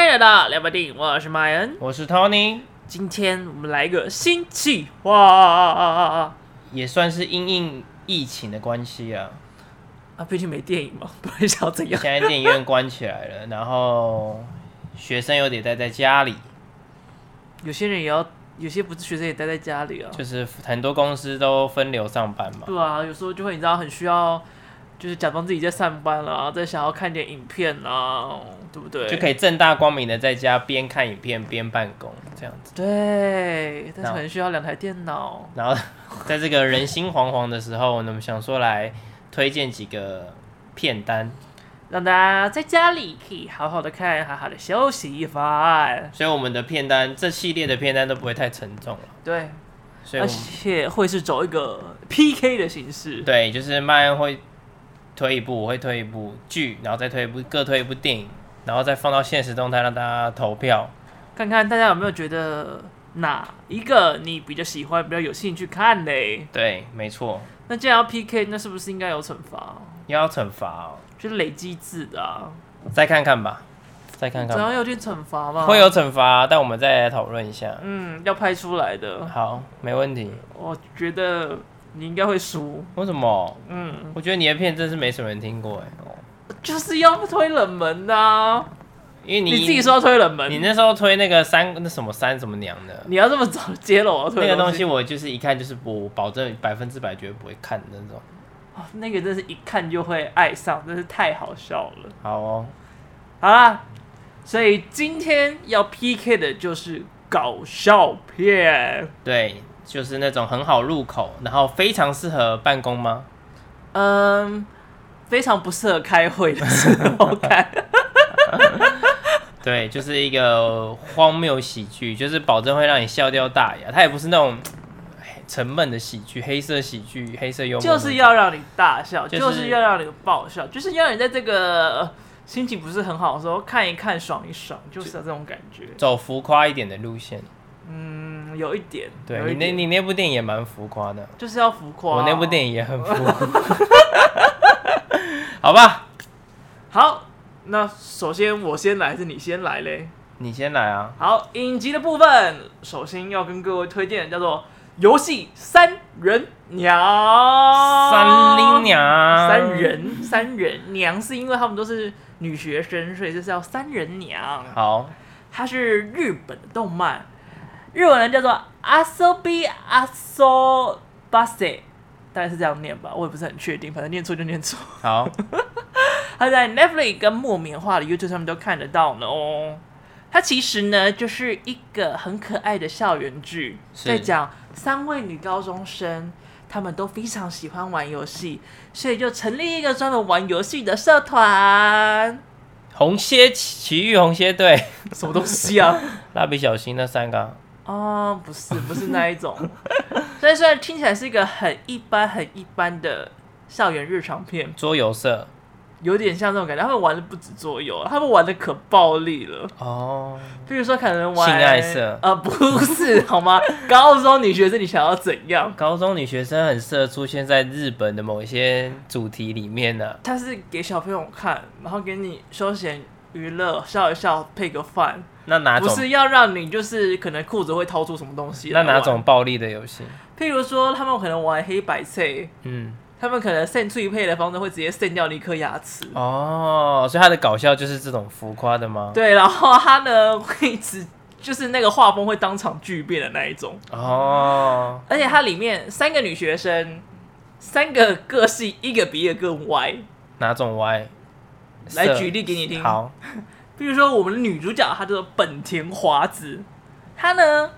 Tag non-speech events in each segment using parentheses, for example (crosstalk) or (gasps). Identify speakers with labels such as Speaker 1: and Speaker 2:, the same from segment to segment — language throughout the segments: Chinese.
Speaker 1: 谢啦，聊吧电影，我是麦恩。
Speaker 2: 我是 Tony，
Speaker 1: 今天我们来一个新啊计划
Speaker 2: 也算是因应疫情的关系啊，
Speaker 1: 啊，毕竟没电影嘛，不 (laughs) 然想要怎样？
Speaker 2: 现在电影院关起来了，然后学生又得待在家里，
Speaker 1: 有些人也要，有些不是学生也待在家里啊。
Speaker 2: 就是很多公司都分流上班嘛。
Speaker 1: 对啊，有时候就会你知道很需要，就是假装自己在上班啦、再想要看点影片啊，对不对？
Speaker 2: 就可以正大光明的在家边看影片边办公这样子，
Speaker 1: 对，但是很需要两台电脑。
Speaker 2: 然后在这个人心惶惶的时候，我们想说来推荐几个片单，
Speaker 1: 让大家在家里可以好好的看，好好的休息一番。
Speaker 2: 所以我们的片单这系列的片单都不会太沉重了，
Speaker 1: 对，
Speaker 2: 所以
Speaker 1: 而
Speaker 2: 我们
Speaker 1: 且会是走一个 PK 的形式。
Speaker 2: 对就是麦恩会推一部，我会推一部剧，然后再推一部各推一部电影，然后再放到现实动态让大家投票。
Speaker 1: 看看大家有没有觉得哪一个你比较喜欢、比较有兴趣看嘞？
Speaker 2: 对，没错，
Speaker 1: 那既然要 PK，那是不是应该有惩罚？
Speaker 2: 要惩罚哦，
Speaker 1: 就是累积制的啊，
Speaker 2: 再看看吧，再看看
Speaker 1: 总要
Speaker 2: 吧，
Speaker 1: 有点惩罚嘛。
Speaker 2: 会有，惩罚，但我们再来讨论一下。
Speaker 1: 嗯，要拍出来的。
Speaker 2: 好，没问题。
Speaker 1: 我觉得你应该会输，
Speaker 2: 为什么？
Speaker 1: 嗯，
Speaker 2: 我觉得你的片真是没什么人听过哎，
Speaker 1: 就是要推冷门的、啊。
Speaker 2: 因为你
Speaker 1: 你自己说要推冷门，
Speaker 2: 你那时候推那个三那什么三什么娘的
Speaker 1: 你要这么早揭露我要推
Speaker 2: 那
Speaker 1: 的
Speaker 2: 个东
Speaker 1: 东
Speaker 2: 西，，我就是一看就是我保证百分之百绝对不会看的那种。
Speaker 1: 哦那个真是一看就会爱上，真是太好笑了。
Speaker 2: 好哦，
Speaker 1: 好啦，所以今天要 PK 的就是搞笑片。
Speaker 2: 对，就是那种很好入口，然后非常适合办公吗？
Speaker 1: 嗯，非常不适合开会的时候看。 (laughs)
Speaker 2: 对，就是一个荒谬喜剧，就是保证会让你笑掉大牙。它也不是那种哎沉闷的喜剧，黑色喜剧，黑色幽默，
Speaker 1: 就是要让你大笑，
Speaker 2: 就
Speaker 1: 就是是、要让你爆笑，就是要你在这个呃心情不是很好的时候看一看，爽一爽，就是要这种感觉。
Speaker 2: 走浮夸一点的路线。
Speaker 1: 嗯，有一点，
Speaker 2: 对
Speaker 1: 有
Speaker 2: 你
Speaker 1: 一
Speaker 2: 那
Speaker 1: 点
Speaker 2: 你那部电影也蛮浮夸的。
Speaker 1: 就是要浮夸。
Speaker 2: 我那部电影也
Speaker 1: (laughs)
Speaker 2: 很浮夸。 (laughs) 好吧，
Speaker 1: 好，那首先我先来还是你先来嘞？
Speaker 2: 你先来啊。
Speaker 1: 好，影集的部分，首先要跟各位推荐的叫做《游戏三人娘》。
Speaker 2: 三零娘，
Speaker 1: 哦三。人三人娘是因为他们都是女学生，所以就是要三人娘。
Speaker 2: 好，
Speaker 1: 它是日本的动漫，日文呢叫做阿索比阿索巴塞，大概是这样念吧，我也不是很确定，反正念错就念错。
Speaker 2: 好，
Speaker 1: 它在 Netflix 跟木棉花的 YouTube 上面都看得到呢哦。它其实呢就是一个很可爱的校园剧，
Speaker 2: 是
Speaker 1: 在讲三位女高中生，她们都非常喜欢玩游戏，所以就成立一个专门玩游戏的社团。
Speaker 2: 红蝎奇遇红蝎队，
Speaker 1: 什么东西啊？
Speaker 2: 蜡笔小新那三个啊，
Speaker 1: (laughs) 哦，不是，不是那一种。所以虽然听起来是一个很一般、很一般的校园日常片，
Speaker 2: 桌游社。
Speaker 1: 有点像这种感觉。他们玩的不止桌游，他们玩的可暴力了。
Speaker 2: 哦，
Speaker 1: 比如说，可能玩
Speaker 2: 性爱色
Speaker 1: 呃，不是好吗？ (laughs) 高中女学生，你想要怎样？
Speaker 2: 高中女学生很适合出现在日本的某一些主题里面啊呢、
Speaker 1: 它是给小朋友看，然后给你休闲娱乐，笑一笑，配个饭，
Speaker 2: 那哪
Speaker 1: 不
Speaker 2: 种？
Speaker 1: 是要让你就是可能裤子会掏出什么东西。
Speaker 2: 那哪种？暴力的游戏？
Speaker 1: 譬如说，他们可能玩黑白菜，
Speaker 2: 嗯，
Speaker 1: 他们可能扇脆配的方式会直接扇掉你一颗牙齿。
Speaker 2: 哦，所以他的搞笑就是这种浮夸的吗？
Speaker 1: 对，然后他呢会直就是那个画风会当场巨变的那一种，
Speaker 2: 哦，
Speaker 1: 而且它里面三个女学生，三个个性一个比一个更歪。
Speaker 2: 哪种歪？
Speaker 1: 来
Speaker 2: 色
Speaker 1: 举例给你听
Speaker 2: 好，
Speaker 1: 比如说我们的女主角她叫做本田华子，她呢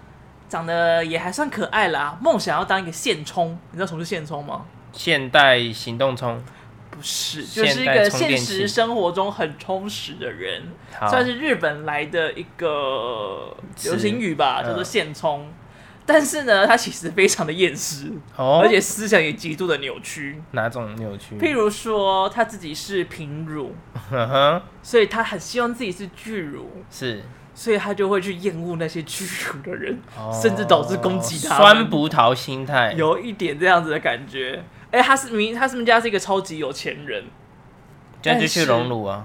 Speaker 1: 长得也还算可爱啦，梦想要当一个现充，你知道什么是现充吗？
Speaker 2: 现代行动充，
Speaker 1: 不是，就是一
Speaker 2: 现代
Speaker 1: 个
Speaker 2: 充电
Speaker 1: 现
Speaker 2: 器
Speaker 1: 实生活中很充实的人，
Speaker 2: 好，
Speaker 1: 算是日本来的一个
Speaker 2: 词
Speaker 1: 流行语吧，
Speaker 2: 嗯
Speaker 1: 叫做现充。但是呢，他其实非常的厌世，
Speaker 2: 哦，
Speaker 1: 而且思想也极度的扭曲。
Speaker 2: 哪种扭曲？
Speaker 1: 譬如说，他自己是平乳，
Speaker 2: (laughs) 嗯哼，
Speaker 1: 所以他很希望自己是巨乳，
Speaker 2: 是，
Speaker 1: 所以他就会去厌恶那些巨乳的人，
Speaker 2: 哦
Speaker 1: (laughs) 甚至导致攻击他们
Speaker 2: 酸葡萄心态，
Speaker 1: 有一点这样子的感觉。哎、他是明，他是们家是一个超级有钱人，
Speaker 2: 这样
Speaker 1: 但
Speaker 2: 就去
Speaker 1: 是
Speaker 2: 荣辱啊。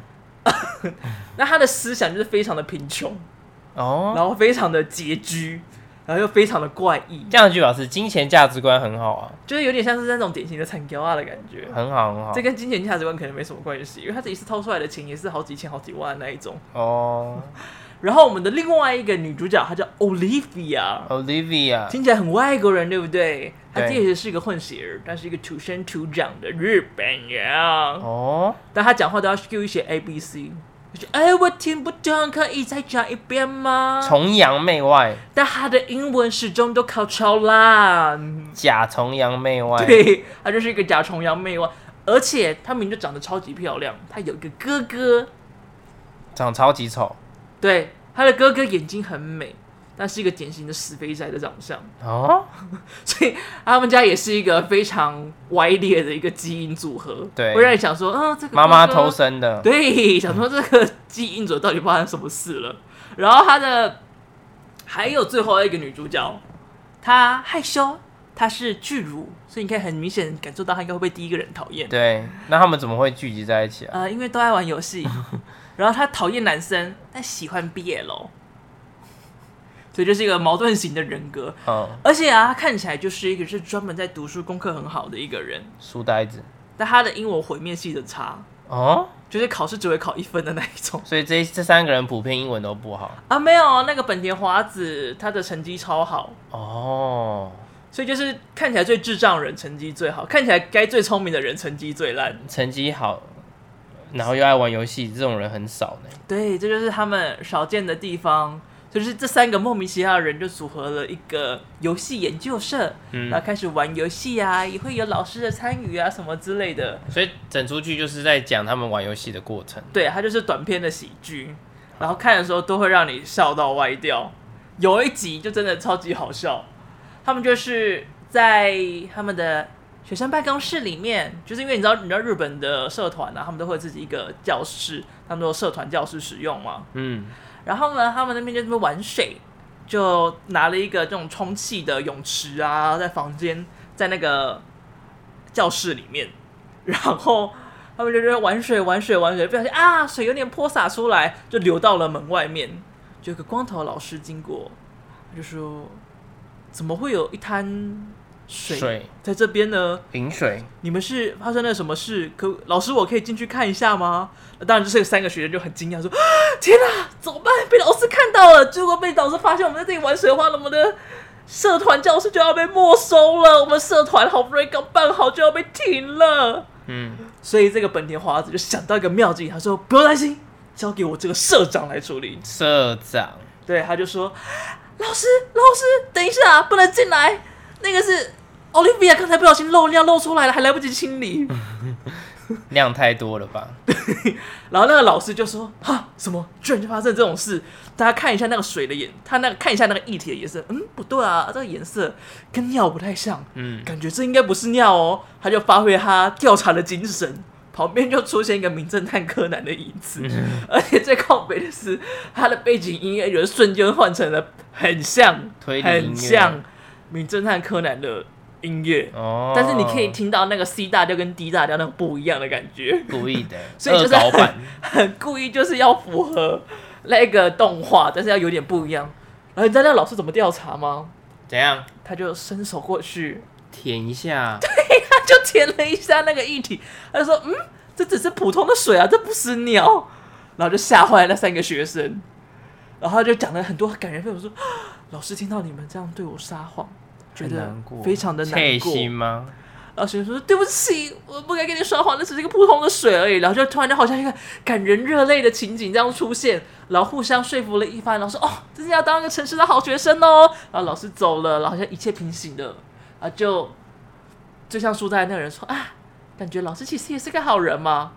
Speaker 1: 那他的思想就是非常的贫穷，
Speaker 2: 哦，
Speaker 1: 然后非常的拮据，然后又非常的怪异，
Speaker 2: 这样就表示金钱价值观很好啊，
Speaker 1: 就是有点像是那种典型的惨高啊的感觉。
Speaker 2: 很好很好
Speaker 1: 这。跟金钱价值观可能没什么关系，因为他自己是掏出来的钱也是好几千、好几万的那一种。
Speaker 2: 哦
Speaker 1: 然后我们的另外一个女主角，她叫 Olivia，
Speaker 2: ，Olivia，
Speaker 1: 听起来很外国人，对不对？她
Speaker 2: 对
Speaker 1: 其实是一个混血儿，但是一个土生土长的日本人。
Speaker 2: 哦，
Speaker 1: 但她讲话都要 Q 一些 A B C。就说哎，我听不懂，可以再讲一遍吗？
Speaker 2: 崇洋媚外，
Speaker 1: 但她的英文始终都考超烂，
Speaker 2: 假崇洋媚外，
Speaker 1: 对，她就是一个假崇洋媚外，而且她明明就长得超级漂亮，她有一个哥哥，
Speaker 2: 长超级丑。
Speaker 1: 对，她的哥哥眼睛很美，但是一个典型的死肥宅的长相。 (laughs)
Speaker 2: 哦，
Speaker 1: 所以他们家也是一个非常歪裂的一个基因组合，
Speaker 2: 对
Speaker 1: 会让你想说，嗯、这个
Speaker 2: 妈妈
Speaker 1: 哥哥
Speaker 2: 偷，生的，
Speaker 1: 对，想说这个基因组到底发生什么事了。然后他的还有最后一个女主角，她害羞，她是巨乳，所以你可以很明显感受到她应该会被第一个人讨厌，
Speaker 2: 对，那他们怎么会聚集在一起啊？
Speaker 1: 呃，因为都爱玩游戏，然后她讨厌男生，但喜欢 BL，所以就是一个矛盾型的人格。
Speaker 2: 嗯，
Speaker 1: 而且啊，他看起来就是一个是专门在读书、功课很好的一个人，
Speaker 2: 书呆子。
Speaker 1: 但他的英文毁灭性的差，
Speaker 2: 哦，
Speaker 1: 就是考试只会考一分的那一种
Speaker 2: 所以这这三个人普遍英文都不好。
Speaker 1: 啊。没有那个本田华子，他的成绩超好，
Speaker 2: 哦，
Speaker 1: 所以就是看起来最智障的人成绩最好，看起来该最聪明的人成绩最烂。
Speaker 2: 成绩好，然后又爱玩游戏，这种人很少呢。
Speaker 1: 对，这就是他们少见的地方。就是这三个莫名其妙的人就组合了一个游戏研究社，
Speaker 2: 嗯
Speaker 1: 然后开始玩游戏啊，也会有老师的参与啊，什么之类的。
Speaker 2: 所以整出剧就是在讲他们玩游戏的过程。
Speaker 1: 对，它就是短片的喜剧，然后看的时候都会让你笑到歪掉。有一集就真的超级好笑，他们就是在他们的学生办公室里面，就是因为你知道，你知道日本的社团啊，他们都会有自己一个教室，他们都有社团教室使用嘛。
Speaker 2: 嗯，
Speaker 1: 然后呢，他们那边就这么玩水，就拿了一个这种充气的泳池啊，在房间，在那个教室里面，然后他们就在玩水玩水玩水，不小心啊，水有点泼洒出来，就流到了门外面。就有个光头老师经过，他就说：“怎么会有一滩水
Speaker 2: 水
Speaker 1: 在这边呢？”
Speaker 2: 饮水，
Speaker 1: 你们是发生了什么事？可老师，我可以进去看一下吗？那当然，就是三个学生就很惊讶说：“啊 (gasps) 天哪、怎么办？被老师看到了！结果被老师发现我们在这里玩水的话，那我们的社团教室就要被没收了。我们社团好不容易刚办好，就要被停了。”
Speaker 2: 嗯，
Speaker 1: 所以这个本田华子就想到一个妙计，他说：“不用担心，交给我这个社长来处理。
Speaker 2: 社长，”
Speaker 1: 对，他就说：“ (gasps) 老师，老师，等一下，啊不能进来，那个是。”奥利维亚刚才不小心漏尿漏出来了，还来不及清理。
Speaker 2: 量太多了吧？
Speaker 1: 然后那个老师就说：“哈，什么？居然就发生这种事！大家看一下那个水的颜，他那个看一下那个液体的颜色，嗯，不对啊，这个颜色跟尿不太像，
Speaker 2: 嗯，
Speaker 1: 感觉这应该不是尿哦。”他就发挥他调查的精神，旁边就出现一个名侦探柯南的影子，
Speaker 2: 嗯
Speaker 1: (laughs) 而且最靠北的是，他的背景音乐有人瞬间换成了很像，
Speaker 2: 推理音乐
Speaker 1: 很像名侦探柯南的音乐，
Speaker 2: 哦，
Speaker 1: 但是你 (laughs) 可以听到那个 C 大调跟 D 大调那个不一样的感觉。
Speaker 2: 故意的，
Speaker 1: 所以就
Speaker 2: 恶
Speaker 1: 是
Speaker 2: 搞
Speaker 1: 很 (laughs)
Speaker 2: 版，
Speaker 1: 很故意，就是要符合那个动画，但是要有点不一样。然后你知道那个老师怎么调查吗？
Speaker 2: 怎样？
Speaker 1: 他就伸手过去，
Speaker 2: 舔一下，
Speaker 1: 他就舔了一下那个液体，他就说：“嗯，这只是普通的水啊，这不是尿。”然后就吓坏了那三个学生，然后他就讲了很多感人肺腑，说：“啊老师听到你们这样对我撒谎，觉
Speaker 2: 很
Speaker 1: 得
Speaker 2: 难过，
Speaker 1: 非常的难
Speaker 2: 切
Speaker 1: 过。”
Speaker 2: 心吗？
Speaker 1: 然后学生说：“对不起，我不该跟你说谎，那只是一个普通的水而已。”然后就突然就好像一个感人热泪的情景这样出现，然后互相说服了一番，然后说：“哦，真是要当一个诚实的好学生哦。”然后老师走了，然后好像一切平息了，啊，就就像书呆那个人说：“啊，感觉老师其实也是个好人嘛。”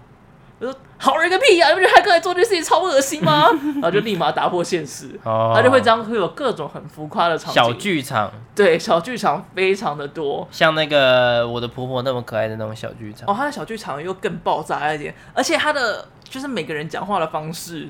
Speaker 1: 我说：“好人个屁呀、啊！你不觉得他刚才做这件事情超恶心吗？”然后就立马打破现实，
Speaker 2: (laughs) 哦，
Speaker 1: 他就会这样会有各种很浮夸的场景，
Speaker 2: 小剧场，
Speaker 1: 对小剧场非常的多。
Speaker 2: 像那个我的婆婆那么可爱的那种小剧场。
Speaker 1: 哦，他的小剧场又更爆炸一点，而且他的就是每个人讲话的方式，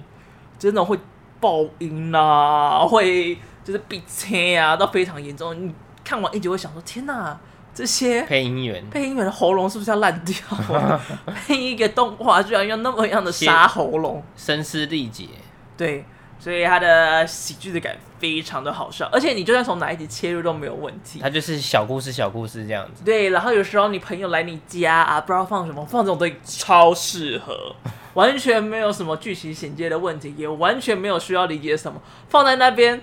Speaker 1: 真的会爆音啊，会就是闭切啊，到非常严重。你看完一集会想说：天哪，这些
Speaker 2: 配音员
Speaker 1: 配音员的喉咙是不是要烂掉啊？配一个动画居然要那么样的杀喉咙，
Speaker 2: 声嘶力竭，
Speaker 1: 对，所以他的喜剧的感非常的好笑，而且你就算从哪一集切入都没有问题。
Speaker 2: 他就是小故事小故事这样子。
Speaker 1: 对，然后有时候你朋友来你家啊，不知道放什么，放这种东西超适
Speaker 2: (laughs)
Speaker 1: 合，完全没有什么剧情衔接的问题，也完全没有需要理解什么，放在那边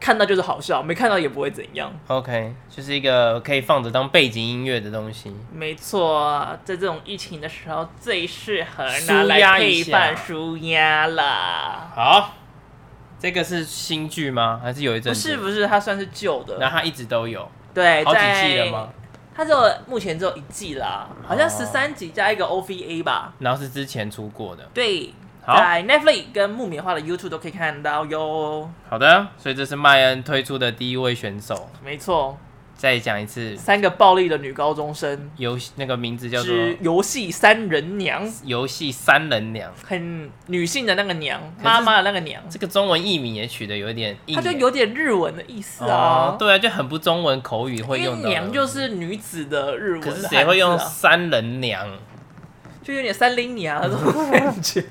Speaker 1: 看到就是好笑，没看到也不会怎样。
Speaker 2: OK，就是一个可以放着当背景音乐的东西。
Speaker 1: 没错，在这种疫情的时候，最适合
Speaker 2: 舒
Speaker 1: 拿来
Speaker 2: 压
Speaker 1: 配
Speaker 2: 一下
Speaker 1: 饭舒压了。
Speaker 2: 好，这个是新剧吗？还是有一阵
Speaker 1: 不
Speaker 2: 子
Speaker 1: 是不是，它算是旧的
Speaker 2: 然，后它一直都有，
Speaker 1: 对，
Speaker 2: 好几
Speaker 1: 在
Speaker 2: 季了吗？
Speaker 1: 它只有目前只有一季啦，好像十三集加一个 OVA 吧。
Speaker 2: 然后是之前出过的。
Speaker 1: 对，
Speaker 2: 好
Speaker 1: 在 Netflix 跟木棉花的 YouTube 都可以看到哟。
Speaker 2: 好的，所以这是麦恩推出的第一位选手。
Speaker 1: 没错，
Speaker 2: 再讲一次，
Speaker 1: 三个暴力的女高中生
Speaker 2: 游戏那个名字叫做
Speaker 1: 之游戏三人娘，
Speaker 2: 游戏三人娘，
Speaker 1: 很女性的那个娘，
Speaker 2: 是
Speaker 1: 妈妈的那个娘，
Speaker 2: 这个中文译名也取得有点硬耶，
Speaker 1: 它就有点日文的意思啊。，
Speaker 2: 哦对啊，就很不中文口语会
Speaker 1: 因为
Speaker 2: 用到的。
Speaker 1: 娘就是女子的日文的
Speaker 2: 可
Speaker 1: 汉字
Speaker 2: 是
Speaker 1: 啊，
Speaker 2: 谁会用三人娘
Speaker 1: 就有点三零啊娘那
Speaker 2: 嗯
Speaker 1: (laughs) 种感觉。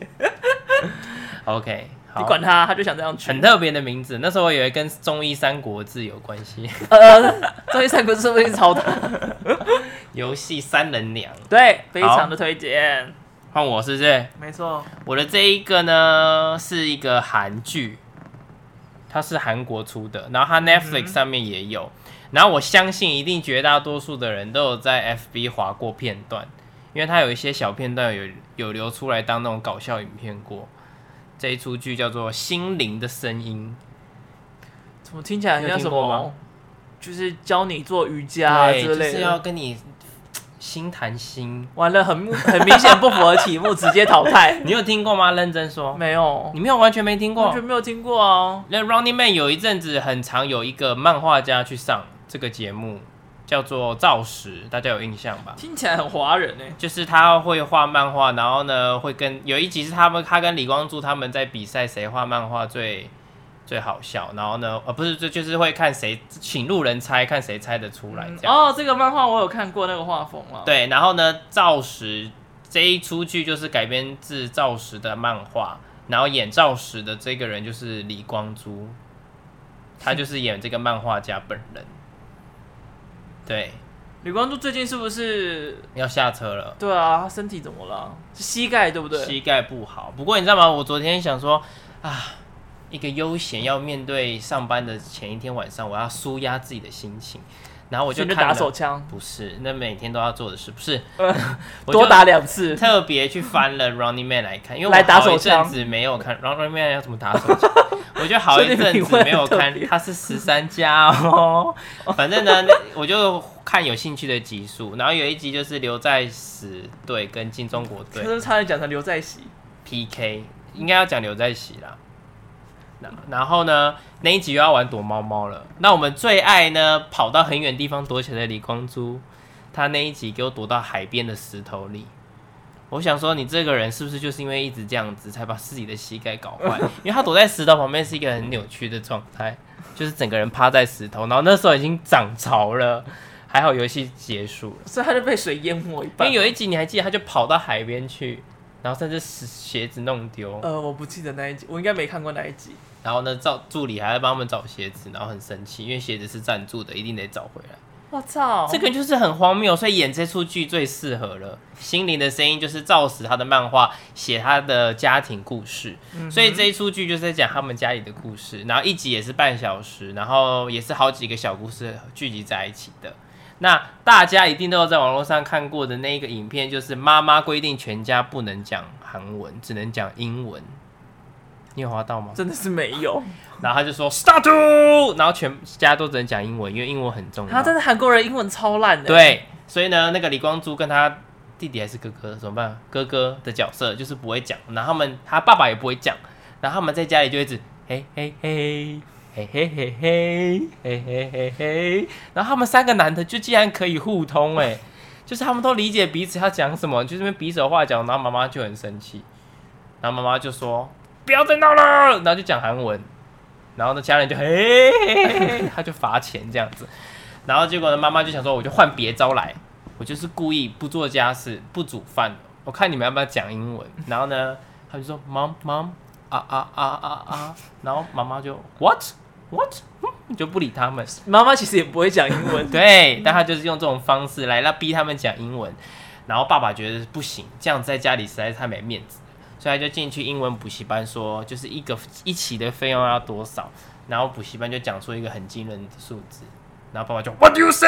Speaker 2: (laughs) ？OK，
Speaker 1: 啊
Speaker 2: 好，
Speaker 1: 你管他，他就想这样取
Speaker 2: 很。特别的名字。那时候我以为跟中医三国志有关系， (laughs)
Speaker 1: 呃，综艺三国是不是超大？
Speaker 2: 游戏三人娘。
Speaker 1: 对，非常的推荐，
Speaker 2: 换我是不是？
Speaker 1: 没错。
Speaker 2: 我的这一个呢是一个韩剧，它是韩国出的，然
Speaker 1: 嗯
Speaker 2: 后它 Netflix 上面也有。然后我相信一定绝大多数的人都有在 FB 划过片段，因为它有一些小片段有有流出来当那种搞笑影片过。这一出剧叫做《心灵的声音
Speaker 1: 怎么听起来很像什
Speaker 2: 你有听过
Speaker 1: 么
Speaker 2: 吗？
Speaker 1: 就是教你做瑜》，伽啊
Speaker 2: 对，
Speaker 1: 之
Speaker 2: 就
Speaker 1: 类
Speaker 2: 是要
Speaker 1: 的。
Speaker 2: 跟你心谈心。
Speaker 1: 完了，很很明显不符合题目，直接淘
Speaker 2: (laughs)
Speaker 1: 汰。
Speaker 2: 你有听过吗？认真说，
Speaker 1: 没有，
Speaker 2: 你没有完全没听过
Speaker 1: 完全。没有听过啊。
Speaker 2: 那 Running Man 有一阵子很常有一个漫画家去上这个节目，叫做赵石，大家有印象吧？
Speaker 1: 听起来很华人哎。
Speaker 2: 就是他会画漫画，然后呢会跟有一集是他们他跟李光洙他们在比赛谁画漫画最最好笑，然后呢呃不是就就是会看谁请路人猜看谁猜得出来这样。
Speaker 1: 哦，这个漫画我有看过那个画风啊。，
Speaker 2: 嗯对，然后呢，赵石这一出剧就是改编自赵石的漫画，然后演赵石的这个人就是李光洙，他就是演这个漫画家本人。对，
Speaker 1: 李光洙最近是不是？
Speaker 2: 要下车了，
Speaker 1: 对啊，他身体怎么了？是膝盖对不对？
Speaker 2: 膝盖不好。不过你知道吗？我昨天想说啊，一个悠闲要面对上班的前一天晚上，我要舒压自己的心情，然后我就
Speaker 1: 就
Speaker 2: 看
Speaker 1: 打
Speaker 2: 了
Speaker 1: 手枪，
Speaker 2: 不是，那每天都要做的事，不
Speaker 1: (laughs)
Speaker 2: 是？我就
Speaker 1: 多打两
Speaker 2: (laughs)
Speaker 1: 次。 (laughs)
Speaker 2: 特别去翻了 Running Man 来看，因为
Speaker 1: 来
Speaker 2: 我
Speaker 1: 打
Speaker 2: 好一
Speaker 1: 手枪
Speaker 2: 阵子没有看 Running Man 要怎么打
Speaker 1: (laughs)
Speaker 2: 手枪，我就好一阵子没有
Speaker 1: 所以你会很
Speaker 2: 看
Speaker 1: 特，别
Speaker 2: 它是十三加哦。反正呢，那我就看有兴趣的集数，然后有一集就是留在死队跟金钟国
Speaker 1: 可
Speaker 2: 队
Speaker 1: 是差点讲成刘在熙，
Speaker 2: PK，应该要讲刘在喜啦。然然后呢，那一集又要玩躲猫猫了。那我们最爱呢，跑到很远地方躲起来的李光洙，他那一集给我躲到海边的石头里。我想说，你这个人是不是就是因为一直这样子，才把自己的膝盖搞坏？因为他躲在石头旁边是一个很扭曲的状态，就是整个人趴在石头，然后那时候已经涨潮了，还好游戏结束了。
Speaker 1: 所以他就被水淹没一
Speaker 2: 因
Speaker 1: 半
Speaker 2: 为。有一集你还记得，他就跑到海边去，然后甚至是鞋子弄丢，
Speaker 1: 呃，我不记得那一集，我应该没看过那一集。
Speaker 2: 然后呢，找助理还在帮他们找鞋子，然后很生气，因为鞋子是赞助的，一定得找回来。
Speaker 1: 我操，
Speaker 2: 这个就是很荒谬，所以演这出剧最适合了。心灵的声音就是照实他的漫画写他的家庭故事，所以这一出剧就是在讲他们家里的故事，然后一集也是半小时，然后也是好几个小故事聚集在一起的。那大家一定都有在网络上看过的那个影片，就是妈妈规定全家不能讲韩文，只能讲英文。你有滑到吗？
Speaker 1: 真的是没
Speaker 2: (laughs)
Speaker 1: 有。
Speaker 2: 然后他就说 “start”，然后全家都只能讲英文，因为英文很重
Speaker 1: 啊，
Speaker 2: 要。
Speaker 1: 但是韩国人英文超烂欸的。，
Speaker 2: 对，所以呢，那个李光洙跟他弟弟还是哥哥怎么办？哥哥的角色就是不会讲，然后他们他爸爸也不会讲，然后他们在家里就一直嘿嘿嘿。嘿嘿嘿嘿嘿嘿嘿嘿，然后他们三个男的就竟然可以互通哎、 (laughs) 就是他们都理解彼此要讲什么，就这边比手画脚，然后妈妈就很生气，然后妈妈就说不要再闹了，然后就讲韩文，然后呢家人就嘿嘿嘿嘿，他就罚钱这样子，然后结果呢，妈妈就想说，我就换别招来，我就是故意不做家事，不煮饭。我看你们要不要讲英文？然后呢，他就说 mom mom 啊啊啊啊啊，然后妈妈就 what what，嗯就不理他们。
Speaker 1: 妈妈其实也不会讲英文，
Speaker 2: 对，但他就是用这种方式来让逼他们讲英文，然后爸爸觉得不行，这样在家里实在是太没面子，所以他就进去英文补习班说，就是一个一期的费用要多少，然后补习班就讲出一个很惊人的数字，然后爸爸就 What do you say？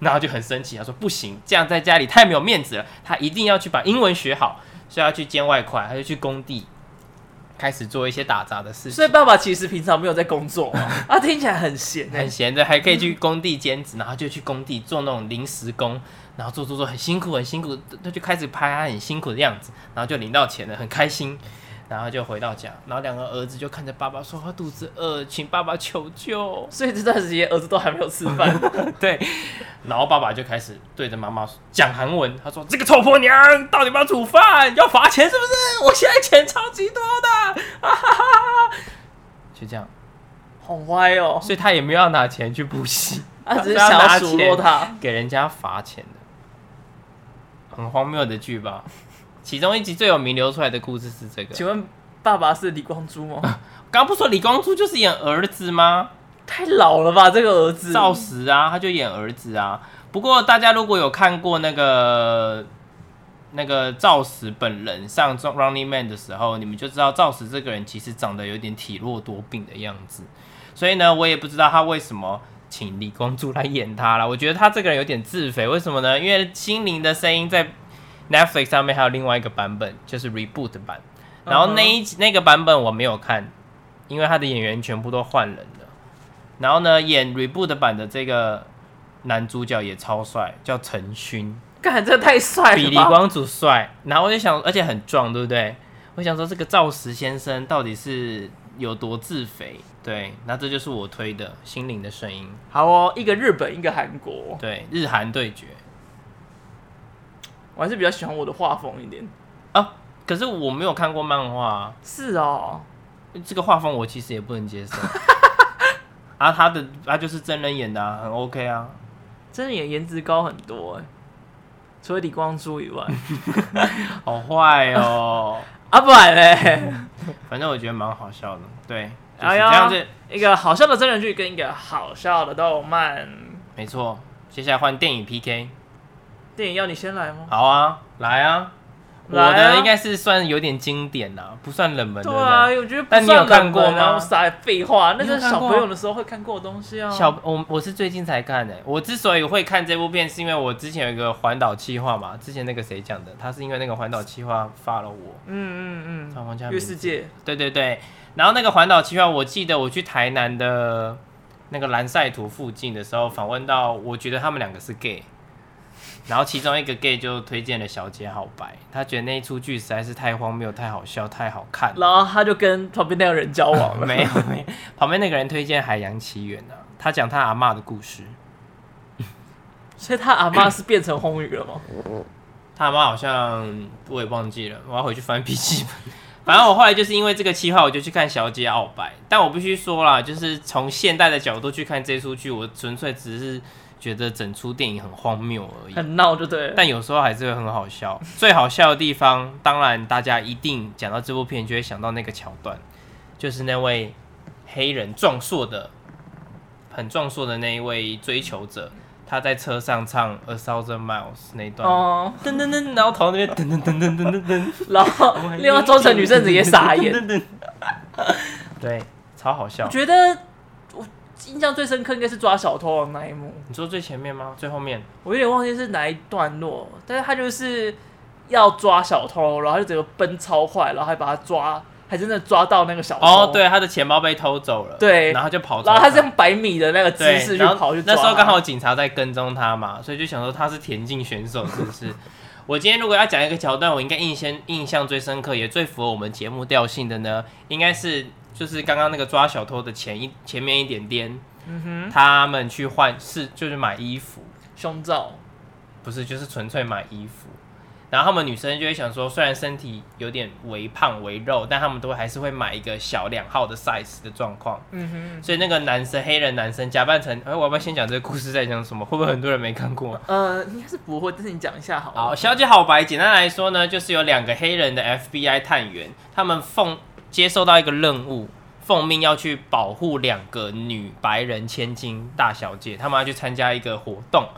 Speaker 2: 然后就很生气，他说不行，这样在家里太没有面子了，他一定要去把英文学好，所以他去兼外快，他就去工地开始做一些打杂的事情。
Speaker 1: 所以爸爸其实平常没有在工作哦，啊，听起来很闲哎
Speaker 2: 很。闲的，还可以去工地兼职，然后就去工地做那种临时工，然后做做做很辛苦很辛苦，他就开始拍他很辛苦的样子，然后就领到钱了，很开心，然后就回到家，然后两个儿子就看着爸爸说他肚子饿，请爸爸求救， (laughs)
Speaker 1: 所以这段时间儿子都还没有吃饭，
Speaker 2: 对，然后爸爸就开始对着妈妈讲韩文，他说这个臭婆娘到底要不要煮饭，要罚钱是不是？我现在钱超级多的，啊哈哈哈哈，就这样，
Speaker 1: 好歪哦。
Speaker 2: 所以他也没有要拿钱去补习，
Speaker 1: 他啊只是
Speaker 2: 要
Speaker 1: 想
Speaker 2: 拿
Speaker 1: 要数
Speaker 2: 钱
Speaker 1: 落他，
Speaker 2: 给人家罚钱的，很荒谬的剧吧？其中一集最有名流出来的故事是这个。
Speaker 1: 请问爸爸是李光洙吗？
Speaker 2: 刚不说李光洙就是演儿子吗？
Speaker 1: 太老了吧，这个儿子。
Speaker 2: 赵石啊，他就演儿子啊。不过大家如果有看过那个那个赵石本人上《Running Man》的时候，你们就知道赵石这个人其实长得有点体弱多病的样子。所以呢，我也不知道他为什么请李光洙来演他啦。我觉得他这个人有点自肥，为什么呢？因为《心灵的声音》在 Netflix 上面还有另外一个版本，就是 Reboot 版。然后那一集那个版本我没有看，因为他的演员全部都换人了。然后呢，演 Reboot 版的这个男主角也超帅，叫陈勋，
Speaker 1: 干，这太帅
Speaker 2: (laughs) 比
Speaker 1: 了 (laughs)
Speaker 2: 李
Speaker 1: 吧！
Speaker 2: 光洙帅。然后我就想，而且很壮，对不对？我想说，这个赵石先生到底是有多自肥？对，那这就是我推的《心灵的声音
Speaker 1: 好哦，一个日本，一个韩国》，，
Speaker 2: 对，日韩对决
Speaker 1: 我还是比较喜欢我的画风一点。
Speaker 2: 啊。可是我没有看过漫画、啊，
Speaker 1: 是哦，
Speaker 2: 这个画风我其实也不能接受。啊，他的他就是真人演的、啊，很 OK 啊。
Speaker 1: 真的也颜值高很多哎，除了李光洙以外， (laughs)
Speaker 2: 好坏哦，
Speaker 1: 啊不然
Speaker 2: (laughs)
Speaker 1: 嘞，
Speaker 2: 反正我觉得蛮好笑的。对，就
Speaker 1: 哎
Speaker 2: 是这
Speaker 1: 呀
Speaker 2: 样子，
Speaker 1: 一个好笑的真人剧跟一个好笑的动漫
Speaker 2: 没错。接下来换电影 PK，
Speaker 1: 电影，要你先来吗？
Speaker 2: 好啊，来啊。
Speaker 1: 来啊
Speaker 2: 我的应该是算有点经典啦，不算冷门的。
Speaker 1: 对啊，
Speaker 2: 对
Speaker 1: 我觉得不
Speaker 2: 但你
Speaker 1: 算
Speaker 2: 有
Speaker 1: 冷
Speaker 2: 看过
Speaker 1: 门啊
Speaker 2: 吗
Speaker 1: 我傻废话，那
Speaker 2: 你有
Speaker 1: 是
Speaker 2: 看
Speaker 1: 小
Speaker 2: 过
Speaker 1: 朋友的时候会看过的东西啊。
Speaker 2: 不对小我我是最近才看的、我之所以会看这部片，是因为我之前有一个环岛计划嘛，之前那个谁讲的，他是因为那个环岛计划发了我。
Speaker 1: 嗯嗯
Speaker 2: 啊王家
Speaker 1: 嗯，
Speaker 2: 明
Speaker 1: 月世界
Speaker 2: 对对对，然后那个环岛计划，我记得我去台南的那个蓝晒图附近的时候，访问到，我觉得他们两个是 gay，然后其中一个 gay 就推荐了《小姐好白》，他觉得那一出剧实在是太荒谬、太好笑、太好看了。
Speaker 1: 然后他就跟旁边那个人交往了。
Speaker 2: (laughs) 没有，没有，旁边那个人推荐《海洋奇缘》啊，他讲他阿嬷的故事，
Speaker 1: 所以他阿妈是变成红鱼了吗？
Speaker 2: 他阿嬷好像我也忘记了，我要回去翻笔记本。 (laughs) 反正我后来就是因为这个计划，我就去看《小姐傲白》，但我必须说啦，就是从现代的角度去看这出剧，我纯粹只是觉得整出电影很荒谬而已。
Speaker 1: 很闹就对了。
Speaker 2: 但有时候还是会很好笑。最好笑的地方，当然大家一定讲到这部片，就会想到那个桥段，就是那位黑人壮硕的、很壮硕的那一位追求者，他在车上唱《A Thousand Miles》那一段。
Speaker 1: 哦，
Speaker 2: 噔噔噔，然后头那边噔噔噔噔噔噔噔，
Speaker 1: 然后另外装成女圣子也傻眼。
Speaker 2: 噔噔噔对，超好笑
Speaker 1: 我。觉得我印象最深刻应该是抓小偷王那一幕，
Speaker 2: 你说最前面吗？最后面？
Speaker 1: 我有点忘记是哪一段落，但是他就是要抓小偷，然后他就整个奔超快，然后还把他抓，还真的抓到那个小偷。
Speaker 2: 哦，，对，他的钱包被偷走了，
Speaker 1: 对
Speaker 2: 然后就跑出来，
Speaker 1: 然后他是用百米的那 (laughs) 个姿
Speaker 2: 对，
Speaker 1: 势去
Speaker 2: 然后
Speaker 1: 跑去抓
Speaker 2: 那
Speaker 1: 他。
Speaker 2: 时候刚好警察在跟踪他嘛，所以就想说他是田径选手是不是？ (laughs) 我今天如果要讲一个桥段，我应该印象印象最深刻，也最符合我们节目调性的呢，应该是就是刚刚那个抓小偷的前一前面一点点，嗯哼，他们去换是就是买衣服，
Speaker 1: 胸罩，
Speaker 2: 不是就是纯粹买衣服，然后他们女生就会想说，虽然身体有点微胖微肉，但他们都还是会买一个小两号的 size 的状况。
Speaker 1: 嗯哼，
Speaker 2: 所以那个男生，黑人男生假扮成，哎、我要不要先讲这个故事再讲什么？会不会很多人没看过？
Speaker 1: 呃，应该是不会，但是你讲一下好了。
Speaker 2: 好，小姐好白，简单来说呢，就是有两个黑人的 FBI 探员，他们奉接受到一个任务，奉命要去保护两个女白人千金大小姐，他们要去参加一个活动。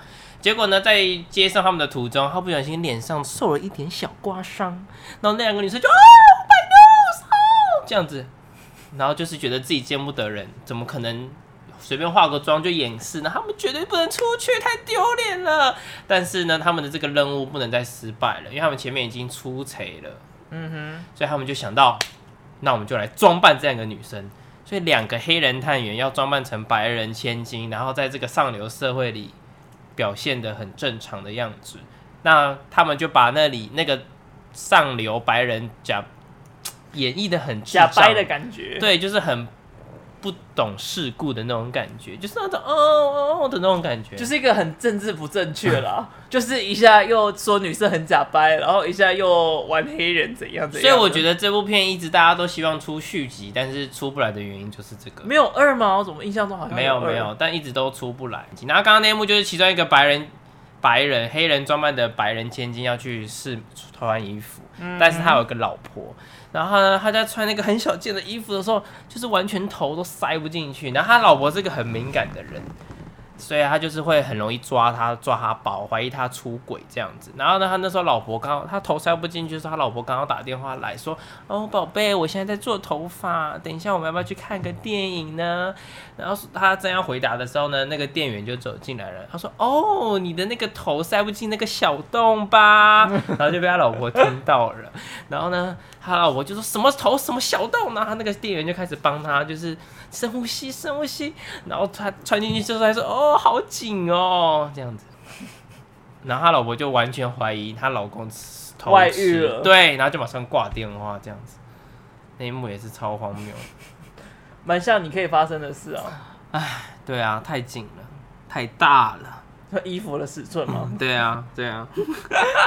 Speaker 2: 结果呢，在接送他们的途中，他不小心脸上受了一点小刮伤，然后那两个女生就啊，Oh my nose，哦这样子，然后就是觉得自己见不得人，怎么可能随便化个妆就掩饰呢？他们绝对不能出去，太丢脸了。但是呢，他们的这个任务不能再失败了，因为他们前面已经出贼了，
Speaker 1: 嗯
Speaker 2: 所以他们就想到，那我们就来装扮这样一个女生。所以两个黑人探员要装扮成白人千金，然后在这个上流社会里表现得很正常的样子。那他们就把那里那个上流白人假演绎的很
Speaker 1: 哼，
Speaker 2: 智
Speaker 1: 假
Speaker 2: 障
Speaker 1: 掰的感觉。，
Speaker 2: 对，就是很不懂世故的那种感觉，就是那种哦哦哦的那种感觉，
Speaker 1: 就是一个很政治不正确啦，就是一下又说女生很假掰，然后一下又玩黑人怎样怎
Speaker 2: 所
Speaker 1: 样。
Speaker 2: 以我觉
Speaker 1: 得
Speaker 2: 得这部片一直大家都希望出续集，但是出不来的原因就是这个，
Speaker 1: 没有二吗？我怎么印象中好像
Speaker 2: 没有
Speaker 1: 二
Speaker 2: 没有，但一直都出不来。然后刚刚那一幕就是其中一个白人白人黑人装扮的白人千金要去试穿衣服，
Speaker 1: 嗯
Speaker 2: 但是他有一个老婆。然后呢，他在穿那个很小件的衣服的时候，就是完全头都塞不进去。然后他老婆是个很敏感的人，所以他就是会很容易抓他抓他包，怀疑他出轨这样子。然后呢，他那时候老婆刚好他头塞不进去，是他老婆刚好打电话来说：“哦，宝贝，我现在在做头发，等一下我们要不要去看个电影呢？”然后他正要回答的时候呢，那个店员就走进来了，他说：“哦，你的那个头塞不进那个小洞吧？”然后就被他老婆听到了。然后呢，他老婆就说什么头什么小洞，然后他那个店员就开始帮他，就是深呼吸，深呼吸。然后他穿进去之后，他说：“哦，好紧哦，这样子。”然后他老婆就完全怀疑她老公偷吃
Speaker 1: 外遇了
Speaker 2: 对，然后就马上挂电话这样子。那一幕也是超荒谬。
Speaker 1: 蛮像你可以发生的事啊，
Speaker 2: 对啊，太紧了，太大了。
Speaker 1: 衣服的尺寸嘛。
Speaker 2: 对啊，对啊。 (laughs)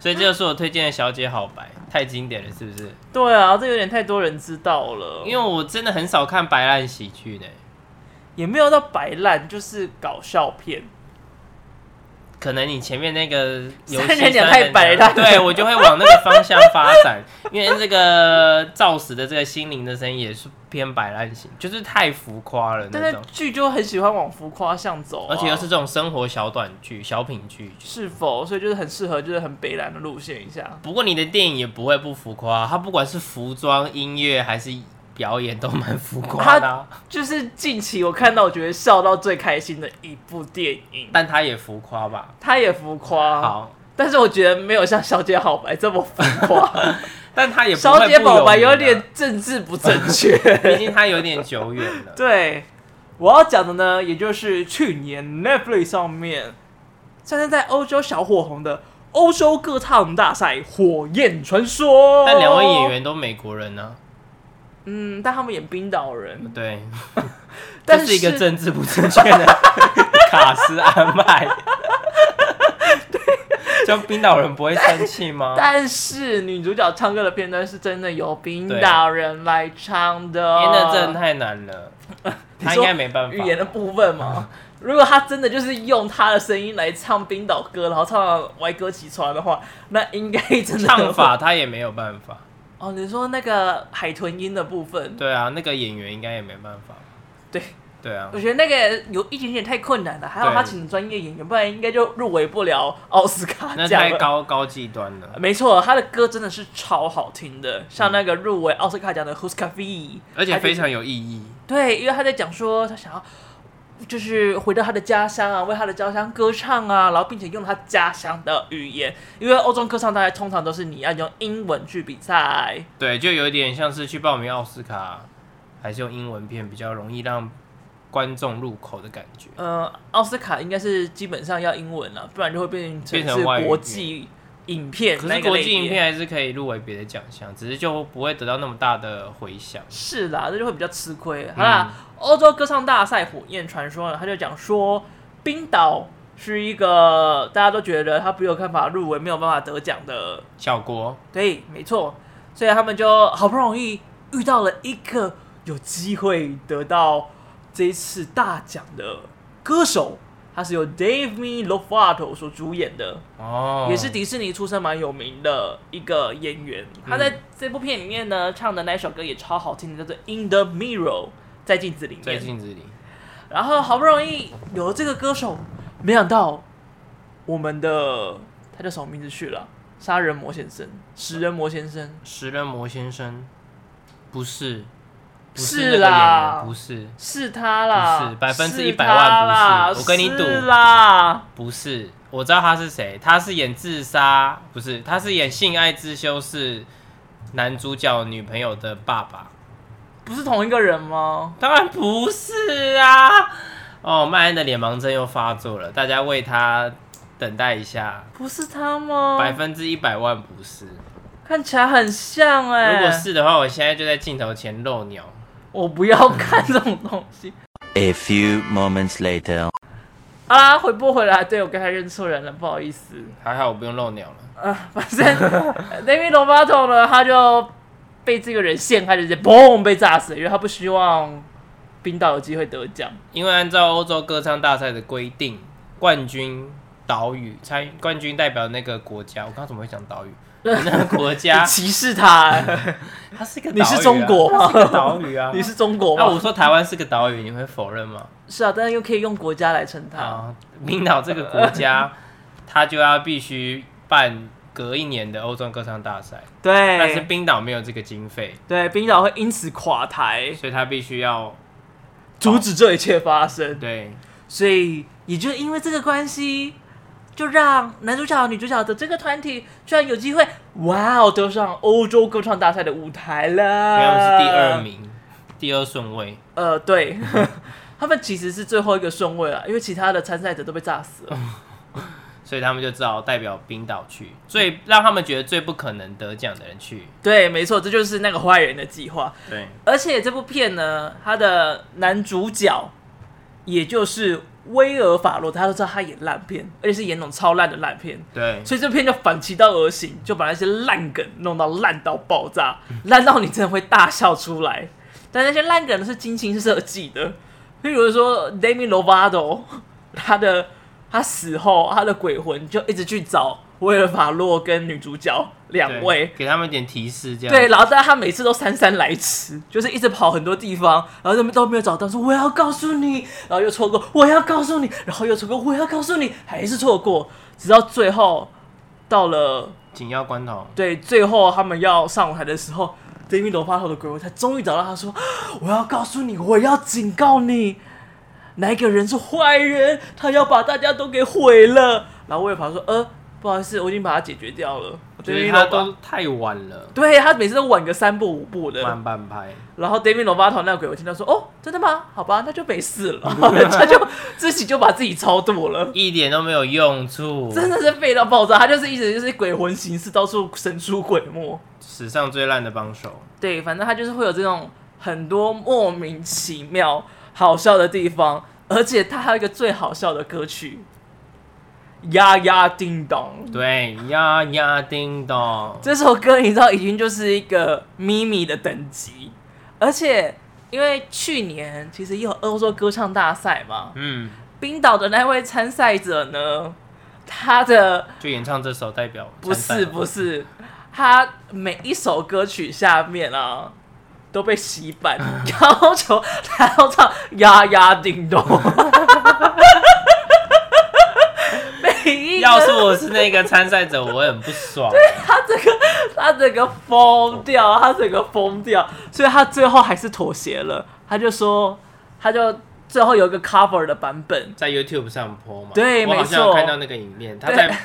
Speaker 2: 所以这就是我推荐的《小姐好白》，太经典了，是不是？
Speaker 1: 对啊，这有点太多人知道了，
Speaker 2: 因为我真的很少看白烂喜剧的，
Speaker 1: 也没有到白烂，就是搞笑片。
Speaker 2: 可能你前面那个游戏
Speaker 1: 三人两太白烂了
Speaker 2: 对我就会往那个方向发展， (laughs) 因为这个造死的这个心灵的声音也是偏白烂型，就是太浮夸了那
Speaker 1: 但是
Speaker 2: 种，
Speaker 1: 剧就很喜欢往浮夸向走啊、
Speaker 2: 而且又是这种生活小短剧、小品剧。
Speaker 1: 是否，所以就是很适合就是很北蓝的路线一下。
Speaker 2: 不过你的电影也不会不浮夸，它不管是服装、音乐还是表演都蛮浮夸的啊、
Speaker 1: 就是近期我看到我觉得笑到最开心的一部电影，
Speaker 2: 但它也浮夸吧。
Speaker 1: 它也浮夸，
Speaker 2: 好，
Speaker 1: 但是我觉得没有像《小姐好白》这么浮夸，
Speaker 2: (laughs)
Speaker 1: 《
Speaker 2: 但它也不会
Speaker 1: 小姐宝白》
Speaker 2: 不
Speaker 1: 有
Speaker 2: 有名啊
Speaker 1: 点，政治不正确。
Speaker 2: (laughs) 毕竟它有点久远
Speaker 1: (laughs)
Speaker 2: 了。
Speaker 1: 对，我要讲的呢，也就是去年 Netflix 上面现在在欧洲小火红的欧洲歌唱大赛《火焰传说》，
Speaker 2: 但两位演，员都美国人呢、
Speaker 1: 嗯，但他们演冰岛人，
Speaker 2: 对，
Speaker 1: 但
Speaker 2: 这是一个政治不正确
Speaker 1: (laughs)
Speaker 2: 的卡斯安排。像冰岛人不会生气吗？
Speaker 1: 但是女主角唱歌的片段是真的由冰
Speaker 2: 对
Speaker 1: 岛人来唱的，
Speaker 2: 因为那真的太难了，
Speaker 1: 啊 (laughs) 你
Speaker 2: 他应
Speaker 1: 说
Speaker 2: 该没办法。
Speaker 1: 语言的部分嘛。如果她真的就是用她的声音来唱冰岛歌，然后唱到歪歌起床的话，那应该真的
Speaker 2: 唱法他也没有办法。
Speaker 1: 哦。你说那个海豚音的部分，
Speaker 2: 对啊，那个演员应该也没办法。
Speaker 1: 对嗯
Speaker 2: 对啊
Speaker 1: 我，觉得那个有一点点太困难了，还好
Speaker 2: 对
Speaker 1: 他请专业演员，不然应该就入围不了奥斯卡
Speaker 2: 那
Speaker 1: 奖
Speaker 2: 太
Speaker 1: 了。嗯
Speaker 2: 高高技端了，
Speaker 1: 没错，他的歌真的是超好听的，像那个入围奥斯卡奖的《Who's Cafe》，
Speaker 2: 而且
Speaker 1: 他就
Speaker 2: 非常有意义。
Speaker 1: 对，因为他在讲说他想要就是回到他的家乡啊，为他的家乡歌唱啊，然后并且用他家乡的语言，因为欧洲歌唱大家通常都是你要用英文去比赛，
Speaker 2: 对，就有点像是去报名奥斯卡，还是用英文片比较容易让观众入口的感觉。
Speaker 1: 呃，奥斯卡应该是基本上要英文了、不然就会变成
Speaker 2: 变成
Speaker 1: 是
Speaker 2: 外语
Speaker 1: 国
Speaker 2: 片
Speaker 1: 际影片
Speaker 2: 可
Speaker 1: 那
Speaker 2: 是
Speaker 1: 个
Speaker 2: 国
Speaker 1: 类
Speaker 2: 际影
Speaker 1: 别
Speaker 2: 片还是可以入围别的奖项，只是就不会得到那么大的回响。
Speaker 1: 是啦，这就会比较吃
Speaker 2: 嗯
Speaker 1: 亏。好啦，欧洲歌唱大赛《火焰传说》呢，他就讲说，冰岛是一个大家都觉得他没有办法入围、没有办法得奖的
Speaker 2: 小国，
Speaker 1: 对，没错，所以他们就好不容易遇到了一个有机会得到这一次大奖的歌手，他是由 Dave Lovato 所主演的，
Speaker 2: 哦，
Speaker 1: 也是迪士尼出身蛮有名的一个演员。
Speaker 2: 嗯
Speaker 1: 他在这部片里面呢，唱的那首歌也超好听的，叫做《In the Mirror》在镜子里
Speaker 2: 在
Speaker 1: 面。
Speaker 2: 镜子里，
Speaker 1: 然后好不容易有了这个歌手，没想到我们的他叫什么名字去了？杀人魔先生，食人魔先生。
Speaker 2: 食人魔先生不是，不
Speaker 1: 是
Speaker 2: 那个演
Speaker 1: 啦
Speaker 2: 员，不是，
Speaker 1: 是他啦，
Speaker 2: 不是100%
Speaker 1: 是他啦
Speaker 2: 不是我跟你赌
Speaker 1: 是啦，
Speaker 2: 不是，我知道他是谁，他是演自杀，不是，他是演性爱之修是男主角女朋友的爸爸，
Speaker 1: 不是同一个人吗？
Speaker 2: 当然不是啊！哦，麦恩的脸盲症又发作了，大家为他等待一下，
Speaker 1: 不是他吗？
Speaker 2: 百分之一百万不是。
Speaker 1: 看起来很像哎、
Speaker 2: 如果是的话，我现在就在镜头前露鸟。
Speaker 1: 我不要看这种东西。
Speaker 3: A few moments later.
Speaker 1: 好啦，啊回播回来，对我刚才认错人了，不好意思。
Speaker 2: 还好我不用露鸟了。
Speaker 1: 啊，反
Speaker 2: (laughs)
Speaker 1: 正 David Lovato 呢，他就被这个人陷害，直接嘣被炸死了，因为他不希望冰岛有机会得奖。
Speaker 2: 因为按照欧洲歌唱大赛的规定，冠军岛屿参冠军代表那个国家。我刚刚怎么会讲岛屿？ (laughs) 那个国
Speaker 1: (laughs)
Speaker 2: 家，
Speaker 1: 歧视他、欸，
Speaker 2: 它是一个岛屿
Speaker 1: 你
Speaker 2: 啊、
Speaker 1: 是中国吗
Speaker 2: 它是一个岛屿啊
Speaker 1: (laughs) 。你是中国
Speaker 2: 那我
Speaker 1: 吗？
Speaker 2: 说台湾是个岛屿，你会否认吗？
Speaker 1: 是啊，但是又可以用国家来称他。
Speaker 2: 啊，冰岛这个国家，它就要必须办隔一年的欧洲歌唱大赛，
Speaker 1: 对，
Speaker 2: 但是冰岛没有这个经费，
Speaker 1: 对，冰岛会因此垮台，
Speaker 2: 所以它必须要
Speaker 1: 阻止这一切发生。
Speaker 2: 对
Speaker 1: 所以也就因为这个关系，就让男主角、女主角的这个团体居然有机会，哇哦，登上欧洲歌唱大赛的舞台了。
Speaker 2: 因为他们是第二。名，第二顺位。
Speaker 1: 呃，对， (laughs) 他们其实是最后一个顺位了，因为其他的参赛者都被炸死了。
Speaker 2: 所以他们就只好代表冰岛去，最让他们觉得最不可能得奖的人去。
Speaker 1: 对，没错，这就是那个坏人的计划。
Speaker 2: 对，
Speaker 1: 而且这部片呢，它的男主角也就是威尔法洛，大家都知道他演烂片，而且是演那种超烂的烂片。
Speaker 2: 对，
Speaker 1: 所以这片就反其道而行，就把那些烂梗弄到烂到爆炸，烂到你真的会大笑出来。但那些烂梗呢是精心设计的，比如说 Demi Lovato，他的他死后，他的鬼魂就一直去找威尔法洛跟女主角两位，
Speaker 2: 给他们一点提示，这样
Speaker 1: 对，然后但他每次都姗姗来迟，就是一直跑很多地方，然后他们都没有找到，说我要告诉你，然后又错过，我要告诉你，然后又错过，我要告诉你，还是错过，直到最后到了
Speaker 2: 紧要关头，
Speaker 1: 对最后他们要上舞台的时候，David l o v a t o 的鬼魂才终于找到他说，我要告诉你，我要警告你，哪一个人是坏人，他要把大家都给毁了。然后我也跑说，呃，不好意思，我已经把他解决掉了。
Speaker 2: 就是
Speaker 1: ，Demi
Speaker 2: 他
Speaker 1: Lovato-
Speaker 2: 都太晚了，
Speaker 1: 对他每次都晚个三步五步的，
Speaker 2: 慢半拍，
Speaker 1: 然后 David Lovato 那个鬼，我听到说，哦，真的吗？好吧，那就没事了， (laughs) 他就自己就把自己超度了，
Speaker 2: 一点都没有用处，
Speaker 1: 真的是废到爆炸。他就是一直就是鬼魂形式，到处神出鬼没。
Speaker 2: 史上最烂的帮手。
Speaker 1: 对，反正他就是会有这种很多莫名其妙好笑的地方，而且他还有一个最好笑的歌曲，呀呀叮当。
Speaker 2: 对呀呀，叮咚，
Speaker 1: 这首歌你知道已经就是一个咪咪的等级，而且因为去年其实也有欧洲歌唱大赛嘛，
Speaker 2: 嗯，
Speaker 1: 冰岛的那位参赛者呢，他的
Speaker 2: 就演唱这首代表
Speaker 1: 不
Speaker 2: 参
Speaker 1: 是
Speaker 2: 赛
Speaker 1: 不是，他每一首歌曲下面啊都被洗
Speaker 2: (laughs)
Speaker 1: 版，要求他要唱呀呀叮
Speaker 2: (laughs)
Speaker 1: 咚。每一
Speaker 2: 要是
Speaker 1: 个
Speaker 2: 我是那个参赛者，我会很不爽。
Speaker 1: 他整个他整个疯掉，他整个疯掉，所以他最后还是妥协了。他就说，他就最后有一个 cover 的版本，
Speaker 2: 在 YouTube 上播嘛，
Speaker 1: 对
Speaker 2: 我好像
Speaker 1: 没
Speaker 2: 有
Speaker 1: 错
Speaker 2: 看到那个影片，他
Speaker 1: 对
Speaker 2: 在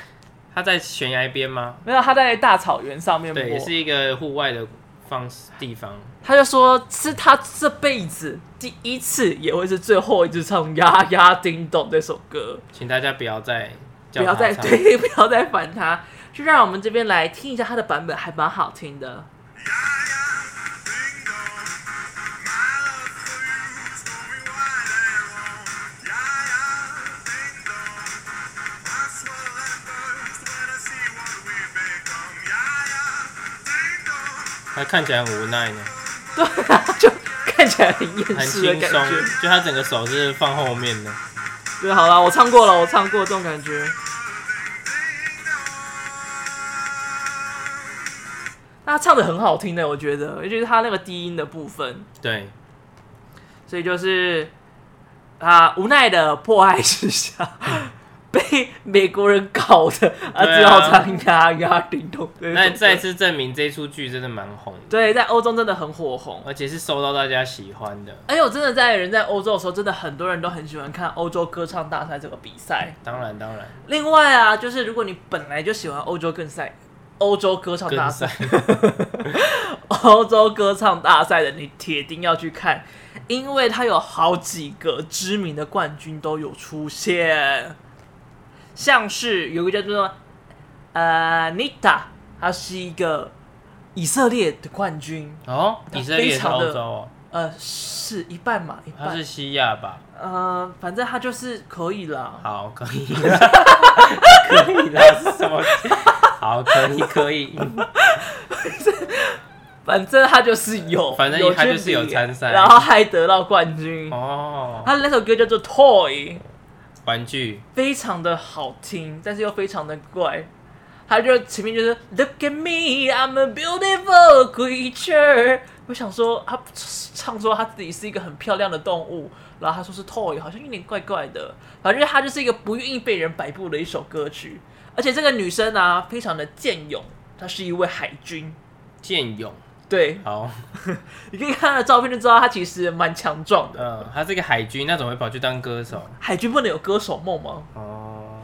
Speaker 2: 他在悬崖边吗？
Speaker 1: 没有他在大草原上面播，
Speaker 2: 对，也是一个户外的方式地方。
Speaker 1: 他就说是他这辈子第一次，也会是最后一次唱《呀呀叮咚》这首歌，
Speaker 2: 请大家不要再
Speaker 1: 不
Speaker 2: 叫
Speaker 1: 要
Speaker 2: 他
Speaker 1: 再
Speaker 2: 唱
Speaker 1: 对， (laughs) 不要再烦他，就让我们这边来听一下他的版本，还蛮好听的。 (laughs)
Speaker 4: Yeah, yeah, ding dong.
Speaker 2: 看起来很无
Speaker 1: (laughs)
Speaker 2: 奈呢，
Speaker 1: 对啊，就看起来很厌
Speaker 2: 很
Speaker 1: 世的
Speaker 2: 轻
Speaker 1: 感
Speaker 2: 松
Speaker 1: 觉。，
Speaker 2: 就他整个手是放后面的。
Speaker 1: 对，好了，我唱过了，我唱过这种感觉。那他唱的很好听的，我觉得，尤其是他那个低音的部分，
Speaker 2: 对，
Speaker 1: 所以就是啊，无奈的迫害之下， (laughs) 被美国人搞的啊，
Speaker 2: 对啊
Speaker 1: 只好唱呀呀叮咚。
Speaker 2: 那再
Speaker 1: 次
Speaker 2: 次证明这出剧真的蛮红的，
Speaker 1: 对，在欧洲真的很火红。
Speaker 2: 而且是受到大家喜欢的。
Speaker 1: 而且我真的在人在欧洲的时候，真的很多人都很喜欢看欧洲歌唱大赛这个比赛。
Speaker 2: 当然，当然，
Speaker 1: 另外啊，就是如果你本来就喜欢欧洲更赛、欧洲歌唱大
Speaker 2: 更
Speaker 1: 赛
Speaker 2: 赛、
Speaker 1: 欧洲歌唱大赛的，你铁定要去看，因为它有好几个知名的冠军都有出现，像是有一个叫做呃 Nita，他是一个以色列的冠军，
Speaker 2: 哦， (laughs) 以色列也
Speaker 1: 非
Speaker 2: 是
Speaker 1: 常
Speaker 2: 欧
Speaker 1: 的
Speaker 2: 洲哦，
Speaker 1: 呃，是一半嘛，一
Speaker 2: 他
Speaker 1: 半
Speaker 2: 是，西亚吧？
Speaker 1: 呃，反正他就是可以啦。
Speaker 2: 好，可以了， (laughs) 可以了，是什么？好，可以，可 (laughs) 以，
Speaker 1: 反正他就是有，
Speaker 2: 反正
Speaker 1: 有
Speaker 2: 他
Speaker 1: 去
Speaker 2: 就是有
Speaker 1: 比
Speaker 2: 参赛
Speaker 1: 然后还得到冠军。
Speaker 2: 哦，
Speaker 1: 他的那首歌叫做《Toy》，
Speaker 2: 玩具，
Speaker 1: 非常的好听，但是又非常的怪。他就前面就是 Look at me, I'm a beautiful creature。我想说，他唱说他自己是一个很漂亮的动物，然后他说是 toy，好像有点怪怪的。反正他就是一个不愿意被人摆布的一首歌曲。而且这个女生啊，非常的健勇，她是一位海军。
Speaker 2: 健勇，
Speaker 1: 对，
Speaker 2: 好，
Speaker 1: 你可以看她的照片就知道她其实蛮强壮的。
Speaker 2: 嗯，他是个海军，那怎么会跑去当歌手？
Speaker 1: 海军不能有歌手梦吗？
Speaker 2: 哦，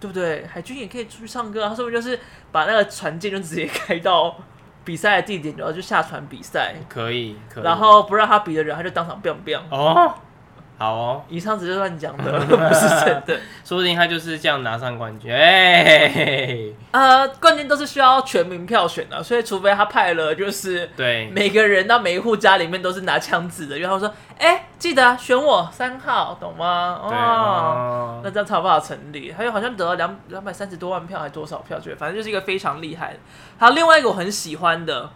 Speaker 1: 对不对？海军也可以出去唱歌啊，他说不定就是把那个船舰就直接开到 (laughs) 比赛的地点，然后就下船比赛，
Speaker 2: 可以，可以，
Speaker 1: 然后不让他比的人，他就当场 biang biang。
Speaker 2: 哦，好哦，
Speaker 1: 以上只是乱讲的， (laughs) 不是真
Speaker 2: (laughs)
Speaker 1: 的。
Speaker 2: 说不定他就是这样拿上冠军，哎，
Speaker 1: 呃，冠军都是需要全民票选的、所以除非他派了就是
Speaker 2: 对，
Speaker 1: 每个人到每一户家里面都是拿枪指的，然后说：“哎、记得、啊、选我三号，懂吗？”哦。
Speaker 2: 对，哦
Speaker 1: 那这样才有办法成立。还有好像得了两两百三十多万票，还多少票？觉得反正就是一个非常厉害的。还有另外一个我很喜欢的，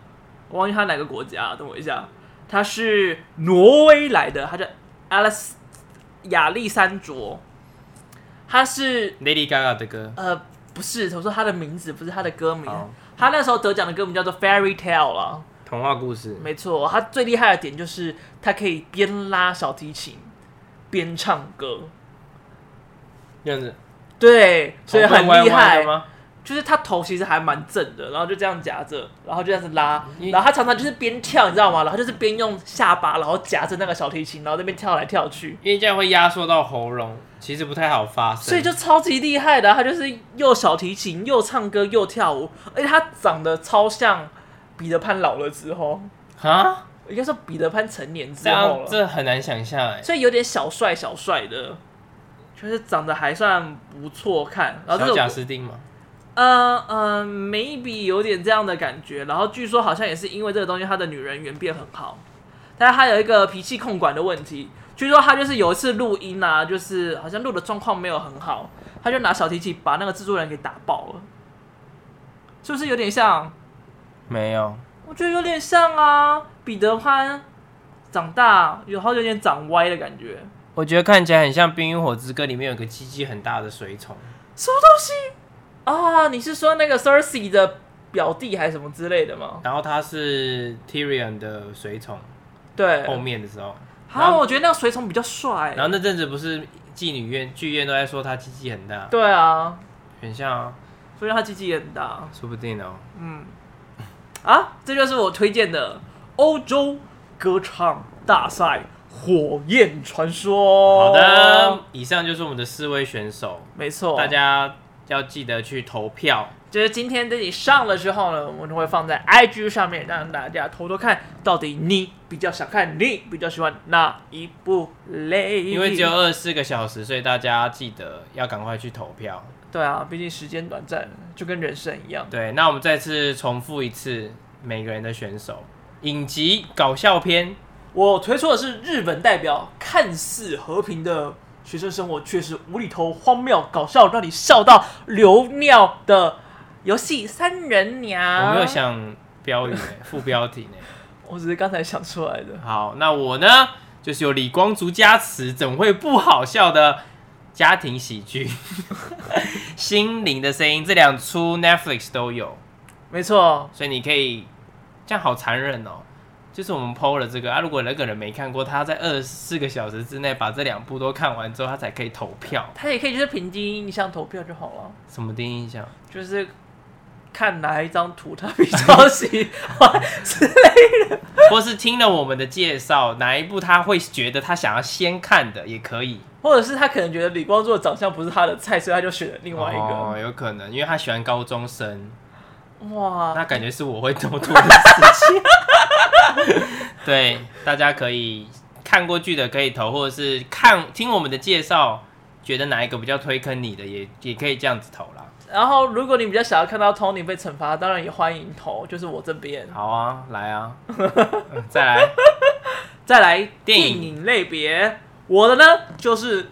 Speaker 1: 我忘记他哪个国家了，等我一下，他是挪威来的，他叫 Alice 亚历山卓，他是
Speaker 2: Lady Gaga 的歌，
Speaker 1: 呃不是，我说他的名字不是他的歌名
Speaker 2: 好，
Speaker 1: 他那时候得奖的歌名叫做 Fairy Tale 啦。
Speaker 2: 童话故事，
Speaker 1: 没错，他最厉害的点就是他可以边拉小提琴边唱歌，
Speaker 2: 这样子，
Speaker 1: 对，所以很
Speaker 2: 头会
Speaker 1: 厉
Speaker 2: 歪歪
Speaker 1: 害
Speaker 2: 的。吗？
Speaker 1: 就是他头其实还蛮正的，然后就这样夹着，然后就这样子拉
Speaker 2: 因，为
Speaker 1: 然后他常常就是边跳，你知道吗？然后就是边用下巴，然后夹着那个小提琴，然后那边跳来跳去，
Speaker 2: 因为这样会压缩到喉咙，其实不太好发声，
Speaker 1: 所以就超级厉害的啊。他就是又小提琴又唱歌又跳舞，而且他长得超像彼得潘老了之后，
Speaker 2: 啊，
Speaker 1: 应该说彼得潘成年之
Speaker 2: 这
Speaker 1: 后
Speaker 2: 样
Speaker 1: 了，
Speaker 2: 啊这很难想象哎，
Speaker 1: 所以有点小帅小帅的，就是长得还算不错看。然后
Speaker 2: 小
Speaker 1: 这
Speaker 2: 贾
Speaker 1: 种。
Speaker 2: 斯汀嘛，
Speaker 1: 呃呃，maybe 有点这样的感觉。然后据说好像也是因为这个东西，他的女人缘变很好，但是他有一个脾气控管的问题。据说他就是有一次录音啊，就是好像录的状况没有很好，他就拿小提琴把那个制作人给打爆了，是不是有点像？
Speaker 2: 没有，
Speaker 1: 我觉得有点像啊，彼得潘长大，有好像有点长歪的感觉。
Speaker 2: 我觉得看起来很像《冰与火之歌》里面有个鸡鸡很大的水桶，
Speaker 1: 什么东西啊？你是说那个 Cersei 的表弟还是什么之类的吗？
Speaker 2: 然后它是 Tyrion 的水桶，
Speaker 1: 对，
Speaker 2: 后面的时候，哦然
Speaker 1: 好，
Speaker 2: 后
Speaker 1: 我觉得那个随从比较帅、
Speaker 2: 然后那阵子不是妓女院剧院都在说他鸡鸡很大，
Speaker 1: 对啊，
Speaker 2: 很像啊，
Speaker 1: 所以他鸡鸡也很大。
Speaker 2: 说不定哦。
Speaker 1: 嗯，啊，这就是我推荐的欧洲歌唱大赛《火焰传说》。
Speaker 2: 好的，，以上就是我们的四位选手，
Speaker 1: 没错，
Speaker 2: 大家要记得去投票。
Speaker 1: 就是今天这里上了之后呢，我们就会放在 IG 上面，让大家偷偷看到底你比较想看，你比较喜欢哪一部类？
Speaker 2: 因为只有二十四个小时，所以大家记得要赶快去投票。
Speaker 1: 对啊，毕竟时间短暂，就跟人生一样。
Speaker 2: 对，那我们再次重复一次每个人的选手。影集搞笑片，
Speaker 1: 我推出的是日本代表，看似和平的学生生活，却是无厘头、荒谬、搞笑，让你笑到流尿的游戏《三人娘》。
Speaker 2: 我没有想标语、 (laughs) 欸、副标题呢、
Speaker 1: 我只是刚才想出来的。
Speaker 2: 好，那我呢，就是有李光洙加持，怎会不好笑的家庭喜剧《 (laughs) 心灵的声音》这两出 Netflix 都有，
Speaker 1: 没错，
Speaker 2: 所以你可以这样好残忍哦。就是我们 PO 了这个啊，如果那个人没看过，他在二十四个小时之内把这两部都看完之后，他才可以投票。
Speaker 1: 他也可以就是凭第一印象投票就好了，
Speaker 2: 什么第一印
Speaker 1: (laughs)
Speaker 2: 象？
Speaker 1: 就是看哪一张图他比较喜欢之类的。
Speaker 2: 或是听了我们的介绍，哪一部他会觉得他想要先看的也可以。
Speaker 1: 或者是他可能觉得李光洙的长相不是他的菜，所以他就选了另外一个。
Speaker 2: 哦，有可能，因为他喜欢高中生，
Speaker 1: 哇，
Speaker 2: 那感觉是我会偷做的事情。 (laughs) 对，大家可以看过剧的可以投，或者是看听我们的介绍，觉得哪一个比较推坑你的，也也可以这样子投啦。
Speaker 1: 然后如果你比较想要看到 Tony 被惩罚，当然也欢迎投，就是我这边。
Speaker 2: 好啊，来啊，嗯再来。
Speaker 1: 再来
Speaker 2: 电
Speaker 1: 电
Speaker 2: 影
Speaker 1: 影类别，我的呢就是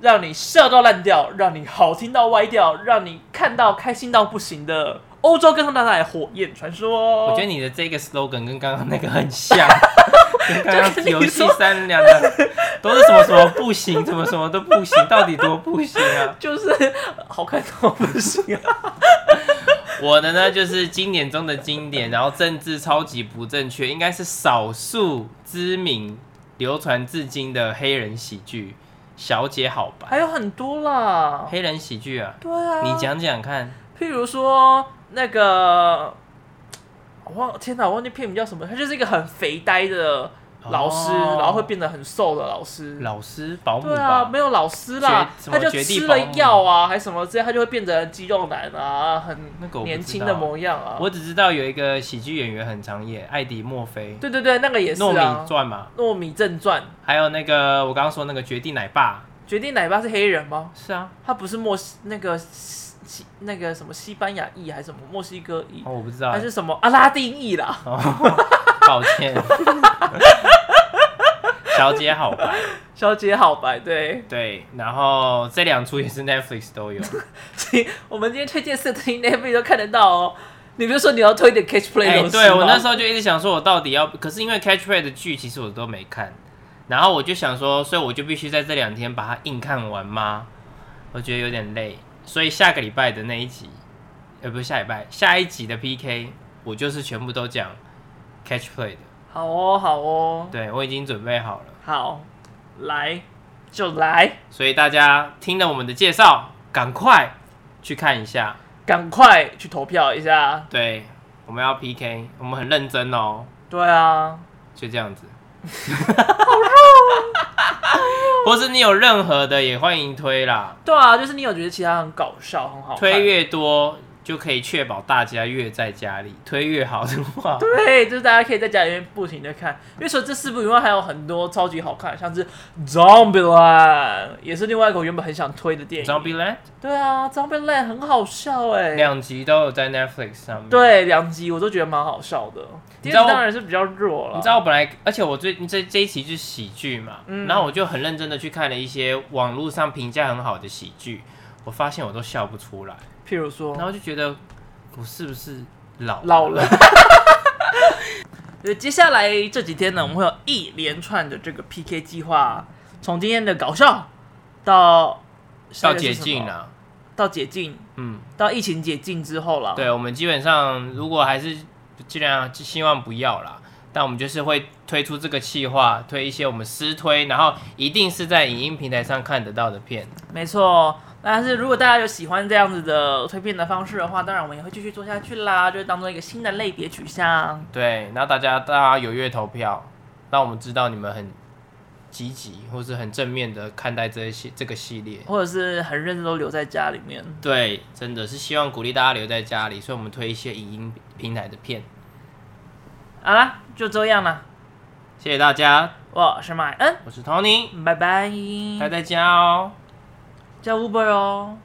Speaker 1: 让你笑到烂掉，让你好听到歪掉，让你看到开心到不行的欧洲跟上大赛《火焰传说》。
Speaker 2: 我觉得你的这个 slogan 跟刚刚那个很像，跟刚刚游戏三两的都是什么什么不行，怎么什么都不行，到底多不行
Speaker 1: (laughs)
Speaker 2: 啊？
Speaker 1: 就是好看到不行啊！
Speaker 2: 我的呢就是经典中的经典，然后政治超级不正确，应该是少数知名流传至今的黑人喜剧《小姐好白
Speaker 1: 还》。有很多啦，
Speaker 2: 黑人喜剧啊，
Speaker 1: 对啊，
Speaker 2: 你，讲讲看，
Speaker 1: 譬如说那个，我忘天哪，我忘记片名叫什么，他就是一个很肥呆的老师，
Speaker 2: 哦
Speaker 1: 然后会变得很瘦的老师，
Speaker 2: 老师保姆
Speaker 1: 对啊，
Speaker 2: 吧
Speaker 1: 没，有老师啦，
Speaker 2: 绝什么
Speaker 1: 他就
Speaker 2: 绝地
Speaker 1: 吃
Speaker 2: 保
Speaker 1: 了
Speaker 2: 姆
Speaker 1: 药啊，还什么之类，他就会变成肌肉男啊，很
Speaker 2: 那个我不知道
Speaker 1: 年轻的模样啊。
Speaker 2: 我只知道有一个喜剧演员很常演，艾迪墨菲，
Speaker 1: 对对对，那个也是
Speaker 2: 糯
Speaker 1: 啊
Speaker 2: 米，传嘛，
Speaker 1: 《糯米正传》。
Speaker 2: 还有那个我刚刚说那个绝地奶爸，
Speaker 1: 决定奶爸是黑人吗？
Speaker 2: 是啊，
Speaker 1: 他不是墨西那个西西那个什么西班牙裔还是什么墨西哥裔，
Speaker 2: 哦，我不知道
Speaker 1: 还，是什么阿拉丁裔啦？
Speaker 2: 抱
Speaker 1: (laughs)
Speaker 2: 歉，小姐好吧，
Speaker 1: 小姐好白，对，
Speaker 2: 对，然后这两出也是 Netflix 都有，
Speaker 1: 所以我们今天推荐 s e t i n g Navy 都看得到哦。你不是说你要推点 Catch Play
Speaker 2: 哎、
Speaker 1: 东西吗？
Speaker 2: 对我那时候就一直想说，我到底要，可是因为 Catchplay 的剧其实我都没看，然后我就想说，所以我就必须在这两天把它硬看完吗？我觉得有点累，所以下个礼拜的那一集，呃，不是下礼拜，下一集的 PK，我就是全部都讲 Catchplay 的，
Speaker 1: 好哦，好哦，
Speaker 2: 对我已经准备好了。
Speaker 1: 好，来就来，
Speaker 2: 所以大家听了我们的介绍，赶快去看一下。
Speaker 1: 赶快去投票一下。
Speaker 2: 对，我们要 PK，我们很认真哦，
Speaker 1: 对啊，
Speaker 2: 就这
Speaker 1: (laughs)
Speaker 2: 样子。
Speaker 1: 啊
Speaker 2: (laughs) 或是你有任何的也欢迎推啦，
Speaker 1: 对啊，就是你有觉得其他很搞笑、很好看
Speaker 2: 推越多就可以确保大家越在家里，推越好的话，
Speaker 1: 对，就是大家可以在家里面不停的看，因为除了这四部以外，还有很多超级好看的，像是《Zombieland》，也是另外一个我原本很想推的电
Speaker 2: z o m
Speaker 1: 影。
Speaker 2: b i e Land
Speaker 1: 对啊，《Zombieland》很好笑哎、
Speaker 2: 两集都有在 Netflix 上面。，
Speaker 1: 对两集我都觉得蛮好笑的，第一集
Speaker 2: 你知道我
Speaker 1: 当然是比较弱了。
Speaker 2: 你知道我本来，而且我最这这一期是喜剧嘛，
Speaker 1: 嗯
Speaker 2: 然后我就很认真的去看了一些网络上评价很好的喜剧，我发现我都笑不出来，
Speaker 1: 譬如说
Speaker 2: 然后就觉得我是不是老
Speaker 1: 老
Speaker 2: (laughs)
Speaker 1: 了。对，接下来这几天呢，我们会有一连串的这个 PK 计划，从今天的搞笑到
Speaker 2: 到解禁，
Speaker 1: 下一个是什么
Speaker 2: 啊了？
Speaker 1: 到解禁，
Speaker 2: 嗯，
Speaker 1: 到疫情解禁之后了。
Speaker 2: 对，我们基本上如果还是尽量希望不要啦，但我们就是会推出这个企划，推一些我们私推，然后一定是在影音平台上看得到的片。
Speaker 1: 没错。但是如果大家有喜欢这样子的推片的方式的话，当然我们也会继续做下去啦，就是当做一个新的类别取向。
Speaker 2: 对，然后大家大家踊跃投票，让我们知道你们很积极或是很正面的看待这些这个系列。
Speaker 1: 或者是很认真都留在家里面，
Speaker 2: 对，真的是希望鼓励大家留在家里，所以我们推一些影音平台的片。
Speaker 1: 好啦，就这样啦。
Speaker 2: 谢谢大家，
Speaker 1: 我是麦恩，
Speaker 2: 我是 Tony，
Speaker 1: 拜拜，
Speaker 2: 待在家哦。
Speaker 1: 叫 Uber 哦。